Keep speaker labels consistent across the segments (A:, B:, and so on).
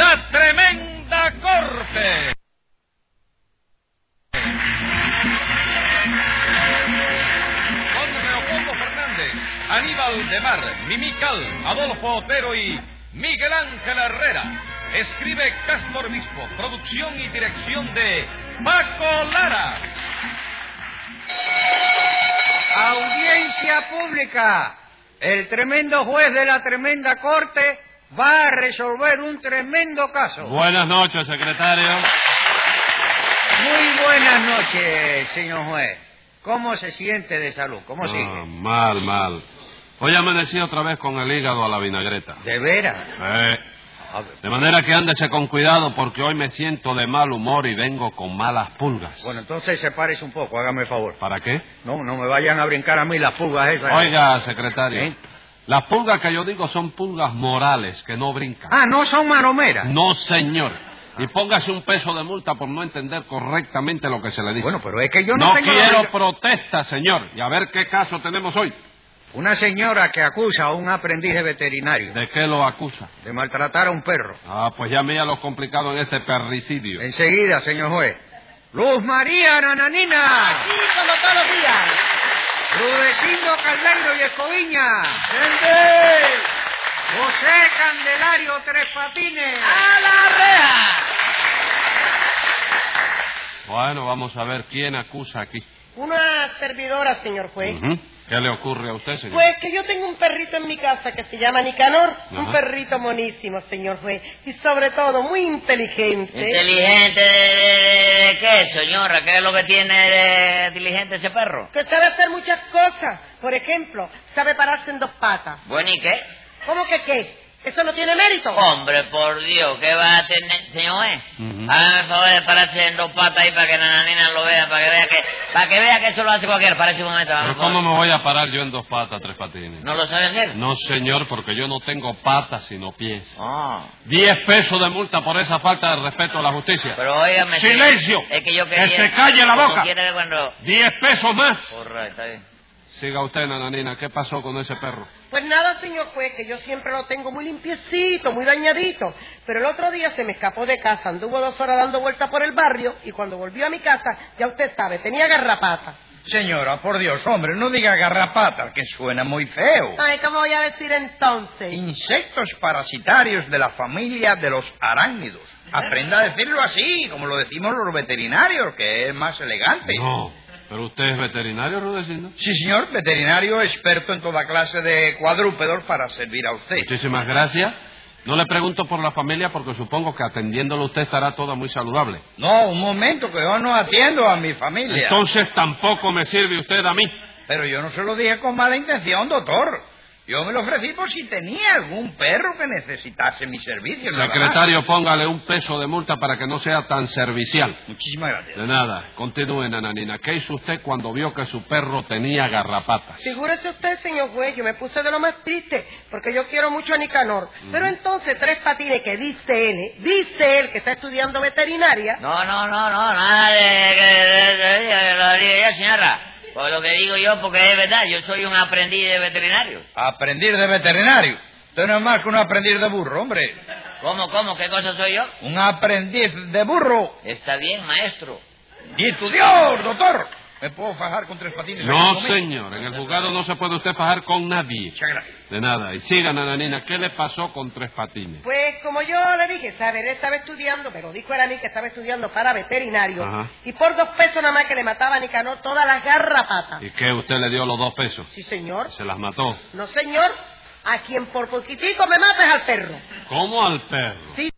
A: La Tremenda Corte. Con Leopoldo Fernández, Aníbal de Mar, Mimical, Adolfo Otero y Miguel Ángel Herrera. Escribe Castor Bispo, producción y dirección de Paco Lara.
B: Audiencia pública. El tremendo juez de la tremenda corte va a resolver un tremendo caso.
C: Buenas noches, secretario.
B: Muy buenas noches, señor juez. ¿Cómo se siente de salud? ¿Cómo
C: Ah,
B: sigue?
C: mal, mal. Hoy amanecí otra vez con el hígado a la vinagreta.
B: ¿De veras?
C: Eh,
B: A ver,
C: de manera que ándese con cuidado porque hoy me siento de mal humor y vengo con malas pulgas.
B: Bueno, entonces sepárese un poco, hágame el favor.
C: ¿Para qué?
B: No, no me vayan a brincar a mí las pulgas esas.
C: Oiga, secretario.
B: ¿Eh?
C: Las pulgas que yo digo son pulgas morales, que no brincan.
B: Ah, no son maromeras.
C: No, señor. Y póngase un peso de multa por no entender correctamente lo que se le dice.
B: Bueno, pero es que yo no,
C: no
B: tengo la
C: quiero
B: obliga-
C: protesta, señor. Y a ver qué caso tenemos hoy.
B: Una señora que acusa a un aprendiz de veterinario de...
C: ¿De qué lo acusa?
B: maltratar a un perro.
C: Ah, pues ya mira lo complicado en ese perricidio.
B: Eh. Enseguida, señor juez. Luz María Nananina,
D: como todos los días.
B: Rudecindo Caldeiro y Escoviña, José Candelario Tres Patines.
D: ¡A la rea!
C: Bueno, vamos a ver quién acusa aquí.
D: Una servidora, señor juez.
C: Ujú. ¿Qué le ocurre a usted, señor?
D: Pues que yo tengo un perrito en mi casa que se llama Nicanor, un
C: Ajá.
D: perrito monísimo, señor juez, y sobre todo muy inteligente.
E: ¿Inteligente de, de- de qué, señora? ¿Qué es lo que tiene de inteligente ese perro?
D: Que sabe hacer muchas cosas. Por ejemplo, sabe pararse en dos patas.
E: Bueno, ¿y qué?
D: ¿Cómo que qué? ¿Eso no tiene mérito?
C: Oh.
E: Hombre, por Dios, ¿qué va a tener, señor? eh?
C: Ujú.
E: Hágame el favor de pararse en dos patas ahí para que Nananina lo vea, para que vea que, para que vea que eso lo hace cualquiera. Parece un momento, hágame
C: ¿Pero
E: el favor.
C: ¿Cómo me voy a parar yo en dos patas, tres patines?
E: ¿No lo sabe hacer?
C: No, señor, porque yo no tengo patas sino pies.
E: Ah.
C: Diez pesos de multa por esa falta de respeto a la justicia.
E: Pero óigame... señor,
C: ¡Silencio!
E: Es que yo
C: ¡Que
E: quería...
C: se calle la boca!
E: Como quiera que cuando...
C: Diez pesos más.
E: Porra, está bien.
C: Siga usted, nananina, ¿qué pasó con ese perro?
D: Pues nada, señor juez, que yo siempre lo tengo muy limpiecito, muy dañadito. Pero el otro día se me escapó de casa, anduvo dos horas dando vueltas por el barrio y cuando volvió a mi casa, ya usted sabe, tenía garrapata.
A: Señora, por Dios, hombre, no diga garrapatas, que suena muy feo.
D: Ay, ¿cómo voy a decir entonces?
A: Insectos parasitarios de la familia de los arácnidos. Aprenda a decirlo así, como lo decimos los veterinarios, que es más elegante.
C: No. ¿Pero usted es veterinario, Rudecindo?
A: Sí, señor, veterinario experto en toda clase de cuadrúpedos para servir a usted.
C: Muchísimas gracias. No le pregunto por la familia porque supongo que atendiéndolo usted estará toda muy saludable.
A: No, un momento, que yo no atiendo a mi familia.
C: Entonces tampoco me sirve usted a mí.
A: Pero yo no se lo dije con mala intención, doctor. Yo me lo ofrecí por si tenía algún perro que necesitase mi servicio. nada más.
C: Secretario, póngale un peso de multa para que no sea tan servicial.
A: Muchísimas gracias.
C: De nada. Continúe, nananina. ¿Qué hizo usted cuando vio que su perro tenía garrapatas?
D: Figúrese usted, señor juez, yo me puse de lo más triste, porque yo quiero mucho a Nicanor. Pero entonces, Tres Patines, que dice él, ¿eh? dice él que está estudiando veterinaria,
E: No, no, no, no, nada de que de- de- de- lo diga ya, señora. Por lo que digo yo, porque es verdad, yo soy un aprendiz de veterinario.
A: Aprendiz de veterinario. Usted no es más que un aprendiz de burro, hombre.
E: ¿Cómo, cómo? ¿Qué cosa soy yo?
A: Un aprendiz de burro.
E: Está bien, maestro.
A: Y estudió, doctor. ¿Me puedo fajar con tres patines?
C: No,
A: aquí conmigo?
C: señor. En el juzgado no se puede usted fajar con nadie.
A: Muchas gracias.
C: De nada. Y siga, nananina. ¿Qué le pasó con tres patines?
D: Pues como yo le dije, sabe, él estaba estudiando, pero dijo él a mí que estaba estudiando para veterinario.
C: Ajá.
D: Y por dos pesos nada más que le mataba a Nicanor todas las garrapatas.
C: ¿Y qué? ¿Usted le dio los dos pesos?
D: Sí, señor.
C: ¿Se las mató?
D: No, señor. A quien por poquitico me mates al perro.
C: ¿Cómo al perro?
D: Sí.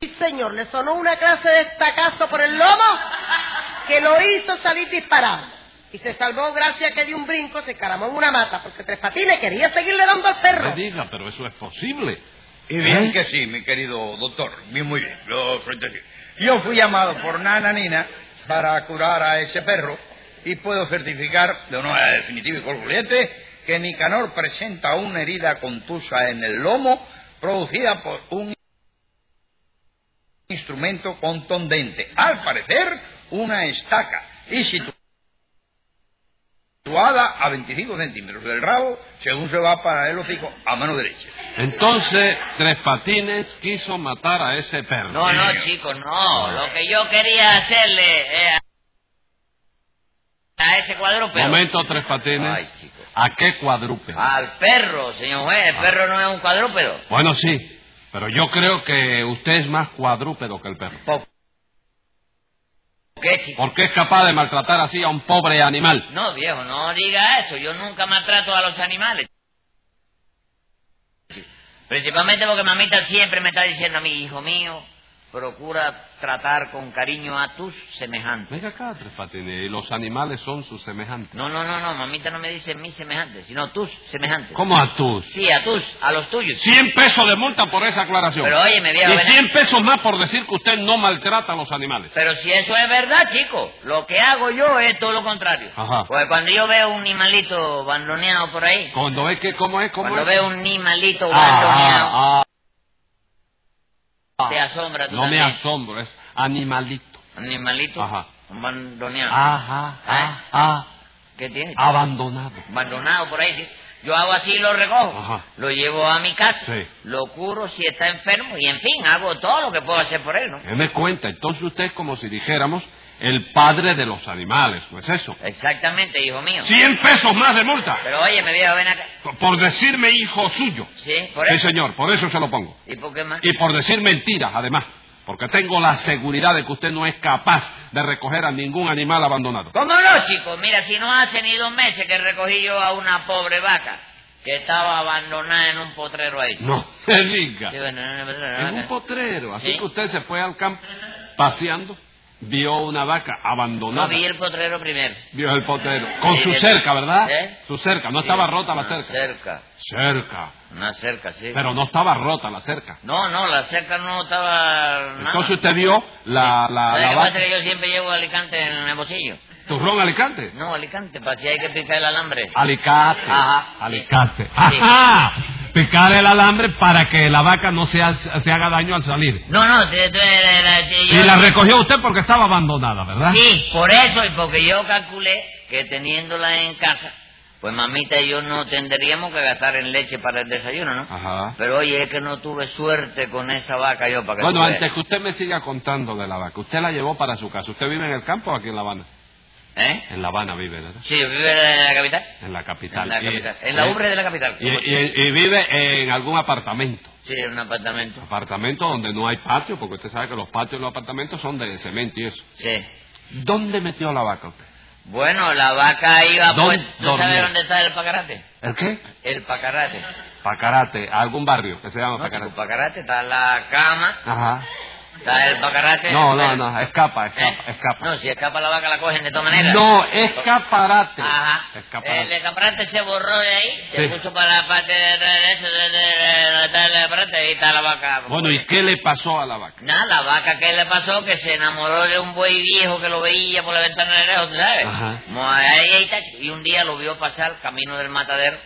D: Sí, señor. Le sonó una clase de estacazo por el lomo que lo hizo salir disparado. Y se salvó gracias a que de un brinco se caramó en una mata, porque Tres Patines quería seguirle dando al
C: Me
D: perro.
C: diga, pero eso es posible.
A: Y bien
C: ¿Eh?
A: que sí, mi querido doctor. Bien, muy bien. Yo, frente a ti. Yo fui llamado por Nana Nina para curar a ese perro y puedo certificar de una manera definitiva y concluyente que Nicanor presenta una herida contusa en el lomo producida por un instrumento contundente. Al parecer, una estaca. Y situ- situada a 25 centímetros del rabo según se va para el hocico a mano derecha.
C: Entonces, Tres Patines quiso matar a ese perro.
E: No, no, chicos, no. Lo que yo quería hacerle eh, a ese cuadrúpedo.
C: Momento, Tres Patines.
E: Ay, chicos. Ah.
C: ¿A qué cuadrúpedo?
E: Al perro, señor juez. El perro no es un cuadrúpedo.
C: Bueno, sí, pero yo creo que usted es más cuadrúpedo que el perro.
E: ¿Por qué, chico?
C: Porque es capaz de maltratar así a un pobre animal.
E: No, viejo, no diga eso. Yo nunca maltrato a los animales. Principalmente porque mamita siempre me está diciendo a mi hijo mío, procura tratar con cariño a tus semejantes.
C: Venga acá, Tres Patines, y los animales son sus semejantes.
E: No, no, no, no, mamita no me dice mis semejantes, sino tus semejantes.
C: ¿Cómo a tus?
E: Sí, a tus, a los tuyos.
C: 100 pesos de multa por esa aclaración.
E: Pero óyeme, viejo
C: y
E: venal.
C: 100 pesos más por decir que usted no maltrata a los animales.
E: Pero si eso es verdad, chico, lo que hago yo es todo lo contrario.
C: Ajá.
E: Porque cuando yo veo un animalito bandoneado por ahí,
C: Cuando ve que, ¿cómo es? ¿Cómo
E: cuando
C: es?
E: veo un animalito
C: Ah, ah,
E: bandoneado,
C: ah.
E: te asombra tú
C: No me
E: también.
C: asombro, es animalito.
E: Animalito,
C: Ajá.
E: un bandoneado.
C: Ajá, ah, ah,
E: ¿Qué tiene?
C: abandonado.
E: Abandonado por ahí, sí. Yo hago así y lo recojo.
C: Ajá.
E: Lo llevo a mi casa.
C: Sí.
E: Lo curo si está enfermo. Y en fin, hago todo lo que puedo hacer por él, ¿no?
C: Deme cuenta, entonces usted es como si dijéramos el padre de los animales, ¿no es eso?
E: Exactamente, hijo mío.
C: 100 pesos más de multa
E: Pero oye, me viejo, ven acá.
C: por decirme hijo suyo.
E: Sí, por
C: Sí,
E: eso.
C: señor, por eso se lo pongo.
E: ¿Y por qué más?
C: Y por decir mentiras, además, porque tengo la seguridad de que usted no es capaz de recoger a ningún animal abandonado.
E: ¿Cómo no, chicos? Mira, si no hace ni dos meses que recogí yo a una pobre vaca que estaba abandonada en un potrero ahí.
C: No, me diga.
E: Sí, bueno, no, no, no, no,
C: En
E: no.
C: un potrero, así
E: Sí.
C: que usted se fue al campo paseando, vio una vaca
E: No
C: abandonada.
E: vi el potrero primero.
C: Vio el potrero. Con
E: Sí,
C: su
E: de-
C: cerca, ¿verdad?
E: ¿Eh?
C: Su cerca. No estaba rota la
E: Una
C: cerca.
E: Ah, Cerca,
C: Cerca.
E: una cerca, sí.
C: Pero no estaba rota la cerca.
E: No, no, la cerca no estaba. nada.
C: Entonces usted vio la, la,
E: ¿Sabe
C: la
E: qué pasa?
C: vaca.
E: Que yo siempre llevo Alicante en el bolsillo.
C: ¿Turrón Alicante?
E: No, Alicante, para si hay que picar el alambre.
C: Ah. Alicate.
E: Ajá.
C: Alicate.
E: Sí.
C: Ajá. Picar el alambre para que la vaca no se, ha- se haga daño al salir.
E: No, no, te- te- la- la- te- yo-
C: Y la ¿Ah? recogió usted porque estaba abandonada, ¿verdad?
E: Sí, por eso y porque yo calculé que teniéndola en casa, pues mamita y yo no tendríamos que gastar en leche para el desayuno, ¿no?
C: Ajá.
E: Pero oye, es que no tuve suerte con esa vaca yo para que
C: Bueno,
E: tú veas.
C: antes que usted me siga contando de la vaca, usted la llevó para su casa. ¿Usted vive en el campo o aquí en La Habana?
E: ¿Eh?
C: En La Habana vive, ¿verdad?
E: Sí, vive en la capital.
C: En la capital.
E: En la
C: Y-
E: capital. En la
C: y-
E: ubre de la capital.
C: Y, y- y vive en algún apartamento.
E: Sí, en un apartamento.
C: Apartamento donde no hay patio, porque usted sabe que los patios y los apartamentos son de cemento y eso.
E: Sí.
C: ¿Dónde metió la vaca usted?
E: Bueno, la vaca iba
C: ¿Dónde
E: pues... ¿Tú
C: dormía?
E: sabes dónde está el pacarate?
C: ¿El qué?
E: El pacarate.
C: Pacarate, algún barrio que se llama
E: No, el
C: Pacarate.
E: pacarate está la cama,
C: Ajá.
E: está el pacarate...
C: No, no,
E: Eh, Bueno,
C: no, escapa, escapa,
E: ¿eh?
C: escapa.
E: No, si escapa la vaca la cogen de todas maneras.
C: No, escaparate.
E: Ajá. Eh,
C: Escaparate.
E: El escaparate se borró de ahí, se
C: Sí.
E: puso para la parte de atrás de eso, de- de- de- de- está el escaparate, ahí está la vaca.
C: Bueno, ¿y qué le pasó a la vaca?
E: Nada, la vaca que le pasó, que se enamoró de un buey viejo que lo veía por la ventana de lejos, ¿tú ¿sabes?
C: Ajá.
E: Como ahí, ahí está, Y un día lo vio pasar camino del matadero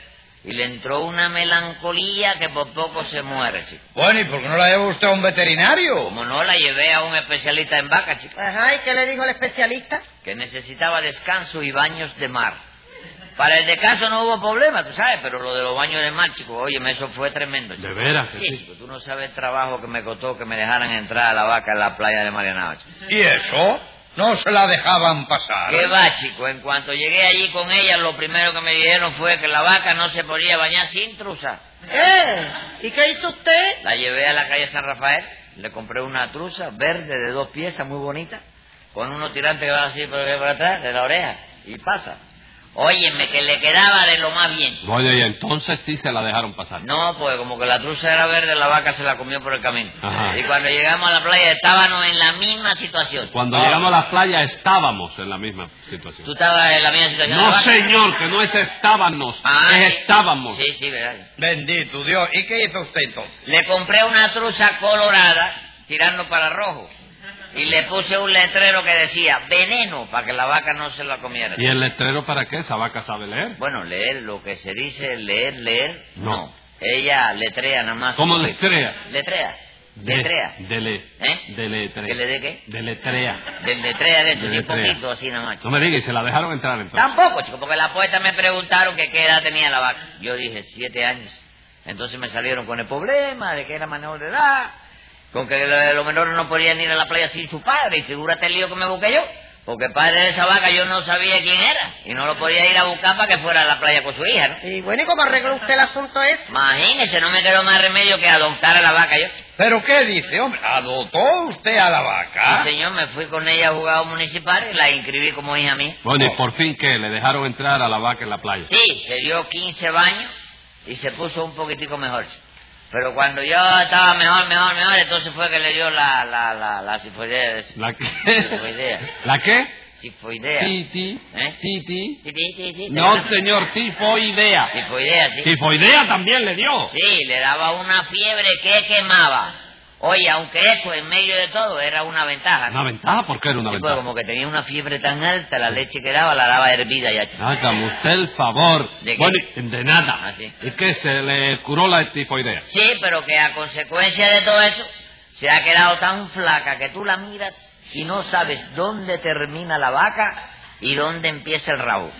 E: y le entró una melancolía que por poco se muere, chico.
A: Bueno, ¿y por qué no la lleva usted a un veterinario?
E: Como no la llevé a un especialista en vacas, chico,
D: Ajá, ¿y qué le dijo el especialista?
E: que necesitaba descanso y baños de mar. Para el descanso no hubo problema, tú sabes, pero lo de los baños de mar, chico, oye, eso fue tremendo. chico.
C: De veras, que
E: Sí,
C: sí.
E: chico, tú no sabes el trabajo que me costó que me dejaran entrar a la vaca en la playa de Marianao, chico.
A: ¿Y eso? No se la dejaban pasar.
E: ¿Qué va, chico? En cuanto llegué allí con ella, lo primero que me dijeron fue que la vaca no se podía bañar sin trusa.
D: ¿Eh? ¿Y qué hizo usted?
E: La llevé a la calle San Rafael, le compré una trusa verde de dos piezas, muy bonita, con unos tirantes que van así por por atrás, de la oreja, y pasa. Óyeme, que le quedaba de lo más bien, chico.
C: Oye, y entonces sí se la dejaron pasar.
E: No, pues como que la trusa era verde, la vaca se la comió por el camino.
C: Ajá.
E: Y cuando llegamos a la playa estábamos en la misma situación.
C: Cuando
A: Ah.
C: llegamos a la playa estábamos en la misma situación.
E: ¿Tú estabas en la misma situación? de la
C: No,
E: vaca?
C: señor, que no es estábamos,
E: Ah,
C: es
E: sí.
C: estábamos.
E: Sí, sí, verdad.
A: Bendito Dios. ¿Y qué hizo usted entonces?
E: Le compré una truza colorada, tirando para rojo, y le puse un letrero que decía veneno para que la vaca no se la comiera.
C: ¿Y el letrero para qué? ¿Esa vaca sabe leer?
E: Bueno, leer lo que se dice, leer, leer,
C: No.
E: no. Ella letrea nada más.
C: ¿Cómo
E: un poquito.
C: letrea?
E: Letrea. Letrea.
C: Dele.
E: ¿Eh?
C: Deletrea.
E: ¿Que le dé qué?
C: Deletrea.
E: Del letrea de eso, ni
C: Deletrea.
E: poquito así nada más.
C: No me digas, y se la dejaron entrar entonces.
E: Tampoco, chico, porque la poeta me preguntaron que qué edad tenía la vaca. Yo dije siete años. Entonces me salieron con el problema de que era menor de edad, con que lo- los menores no podían ir a la playa sin su padre. Y figúrate el lío que me busqué yo. Porque el padre de esa vaca yo no sabía quién era. Y no lo podía ir a buscar para que fuera a la playa con su hija, ¿no?
D: Y bueno, ¿y cómo arregló usted el asunto ese?
E: Imagínese, no me quedó más remedio que adoptar a la vaca yo.
A: ¿Pero qué dice, hombre? ¿Adoptó usted a la vaca?
E: Sí, señor, me fui con ella a jugados municipales y la inscribí como hija mía.
C: Bueno, y por fin que le dejaron entrar a la vaca en la playa.
E: Oh. Sí, se dio 15 baños y se puso un poquitico mejor. Pero cuando yo estaba mejor, mejor, mejor, entonces fue que le dio la, la, la, la sifoidea.
C: ¿La
E: Sifoidea.
C: qué? ¿La qué?
E: Sifoidea.
C: Titi.
E: ¿Eh?
C: Titi.
E: Sí, sí, sí, sí,
C: No,
E: tenía-
C: señor, tifoidea.
E: Sifoidea, sí.
C: Tifoidea también le dio.
E: Sí, le daba una fiebre que quemaba. Oye, aunque eso en medio de todo era una ventaja.
C: Una ventaja, ¿por qué era una
E: Sí, pues,
C: ventaja?
E: como que tenía una fiebre tan alta, la leche que daba la daba hervida ya. chico.
C: Hágame usted el favor.
E: ¿De qué?
C: Bueno, y- de nada.
E: Ah, sí.
C: ¿Y qué? ¿Se le curó la tifoidea?
E: Sí, pero que a consecuencia de todo eso se ha quedado tan flaca que tú la miras y no sabes dónde termina la vaca y dónde empieza el rabo.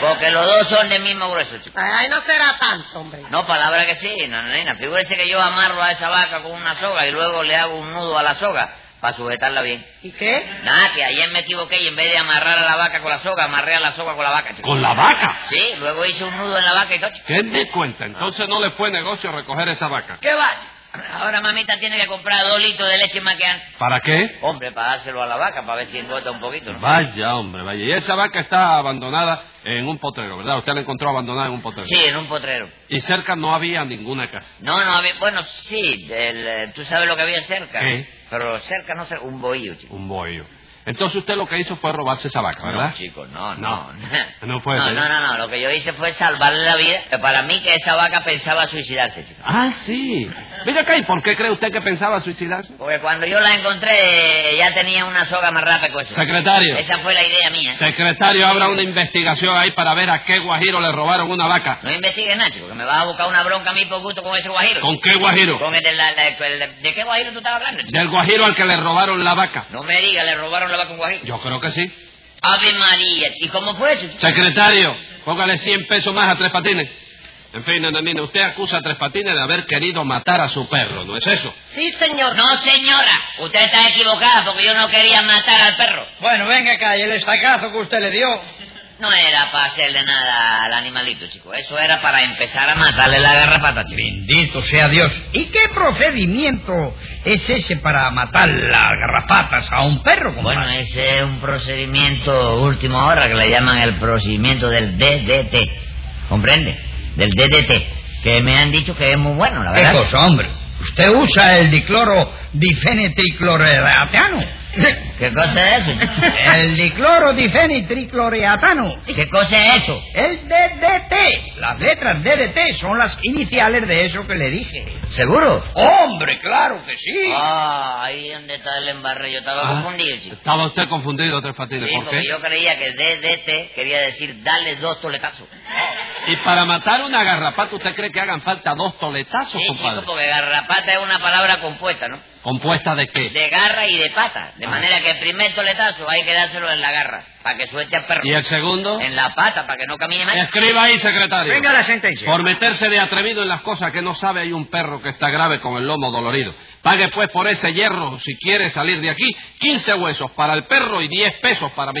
E: Porque los dos son del mismo grueso, chico.
D: Ay, no será tanto, hombre.
E: No, palabra que sí, no, no, nena. Figúrese que yo amarro a esa vaca con una soga y luego le hago un nudo a la soga para sujetarla bien.
D: ¿Y qué?
E: Nada, que ayer me equivoqué y en vez de amarrar a la vaca con la soga, amarré a la soga con la vaca, chico.
C: ¿Con la vaca?
E: Sí, luego hice un nudo en la vaca y todo, chico.
C: ¿Qué me cuenta? Entonces no le fue negocio recoger esa vaca.
E: ¿Qué va? Ahora mamita tiene que comprar dos litros de leche más que antes.
C: ¿Para qué?
E: Hombre, para dárselo a la vaca, para ver si engorda un poquito. ¿no?
C: Vaya, hombre, vaya. Y esa vaca está abandonada en un potrero, ¿verdad? Usted la encontró abandonada en un potrero.
E: Sí, en un potrero.
C: Y cerca no había ninguna casa.
E: No, no había... Bueno, sí, el, eh, tú sabes lo que había cerca.
C: ¿Qué?
E: Pero cerca no sé, un bohío, chico.
C: Un bollo. Entonces usted lo que hizo fue robarse esa vaca, ¿verdad?
E: No, chico, no,
C: No.
E: no.
C: No puede
E: No,
C: ser.
E: no, no, no, Lo que yo hice fue salvarle la vida. que Para mí que esa vaca pensaba suicidarse, chico.
C: Ah, sí. Mira acá, ¿y por qué cree usted que pensaba suicidarse?
E: Porque cuando yo la encontré, eh, ya tenía una soga más rápida que eso.
C: Secretario.
E: Esa fue la idea mía.
C: Secretario, habrá una investigación ahí para ver a qué guajiro le robaron una vaca.
E: No investigues nada, chico, que me vas a buscar una bronca a mí por gusto con ese guajiro.
C: ¿Con qué guajiro?
E: Con el de la- la- el de- ¿De qué guajiro tú estabas hablando, chico?
C: Del guajiro al que le robaron la vaca.
E: No me digas, le robaron la vaca a un guajiro.
C: Yo creo que sí.
E: Ave María, ¿y cómo fue eso?
C: Secretario, póngale 100 pesos más a Tres Patines. En fin, Nananina, usted acusa a Tres Patines de haber querido matar a su perro, ¿no es eso?
D: Sí, señor.
E: No, señora, usted está equivocada porque yo no quería matar al perro.
A: Bueno, venga acá, y el estacazo que usted le dio.
E: No era para hacerle nada al animalito, chico. Eso era para empezar a matarle la garrapata, chico.
A: Bendito sea Dios. ¿Y qué procedimiento es ese para matar las garrapatas a un perro, compadre?
E: Bueno, ese es un procedimiento última hora que le llaman el procedimiento del DDT. ¿Comprende? Del DDT. Que me han dicho que es muy bueno, la
A: ¿Qué
E: verdad.
A: cosa, hombre? Usted usa el dicloro difenitricloreatano.
E: ¿Qué cosa es eso? chico?
A: El dicloro difenitricloreatano.
E: ¿Qué cosa es eso?
A: El DDT. Las letras DDT son las iniciales de eso que le dije.
E: ¿Seguro?
A: Hombre, claro que sí.
E: Ah, ahí donde está el embarre. Yo
A: Ah,
E: estaba confundido, chico.
C: Ah, Estaba usted confundido, Tres Patines.
E: Sí,
C: ¿Por
E: porque
C: qué?
E: yo creía que DDT quería decir darle dos toletazos.
C: Y para matar una garrapata, ¿usted cree que hagan falta dos toletazos,
E: Sí,
C: compadre?
E: chico, porque garrapata es una palabra compuesta, ¿no?
C: ¿Compuesta de qué?
E: De garra y de pata.
C: Ah.
E: De manera que el primer toletazo hay que dárselo en la garra, para que suelte al perro.
C: ¿Y el segundo?
E: En la pata, para que no camine mal.
C: Escriba ahí, secretario.
B: Venga la sentencia.
C: Por meterse de atrevido en las cosas que no sabe, hay un perro que está grave con el lomo dolorido. Pague pues por ese hierro, si quiere salir de aquí, 15 huesos para el perro y 10 pesos para mí.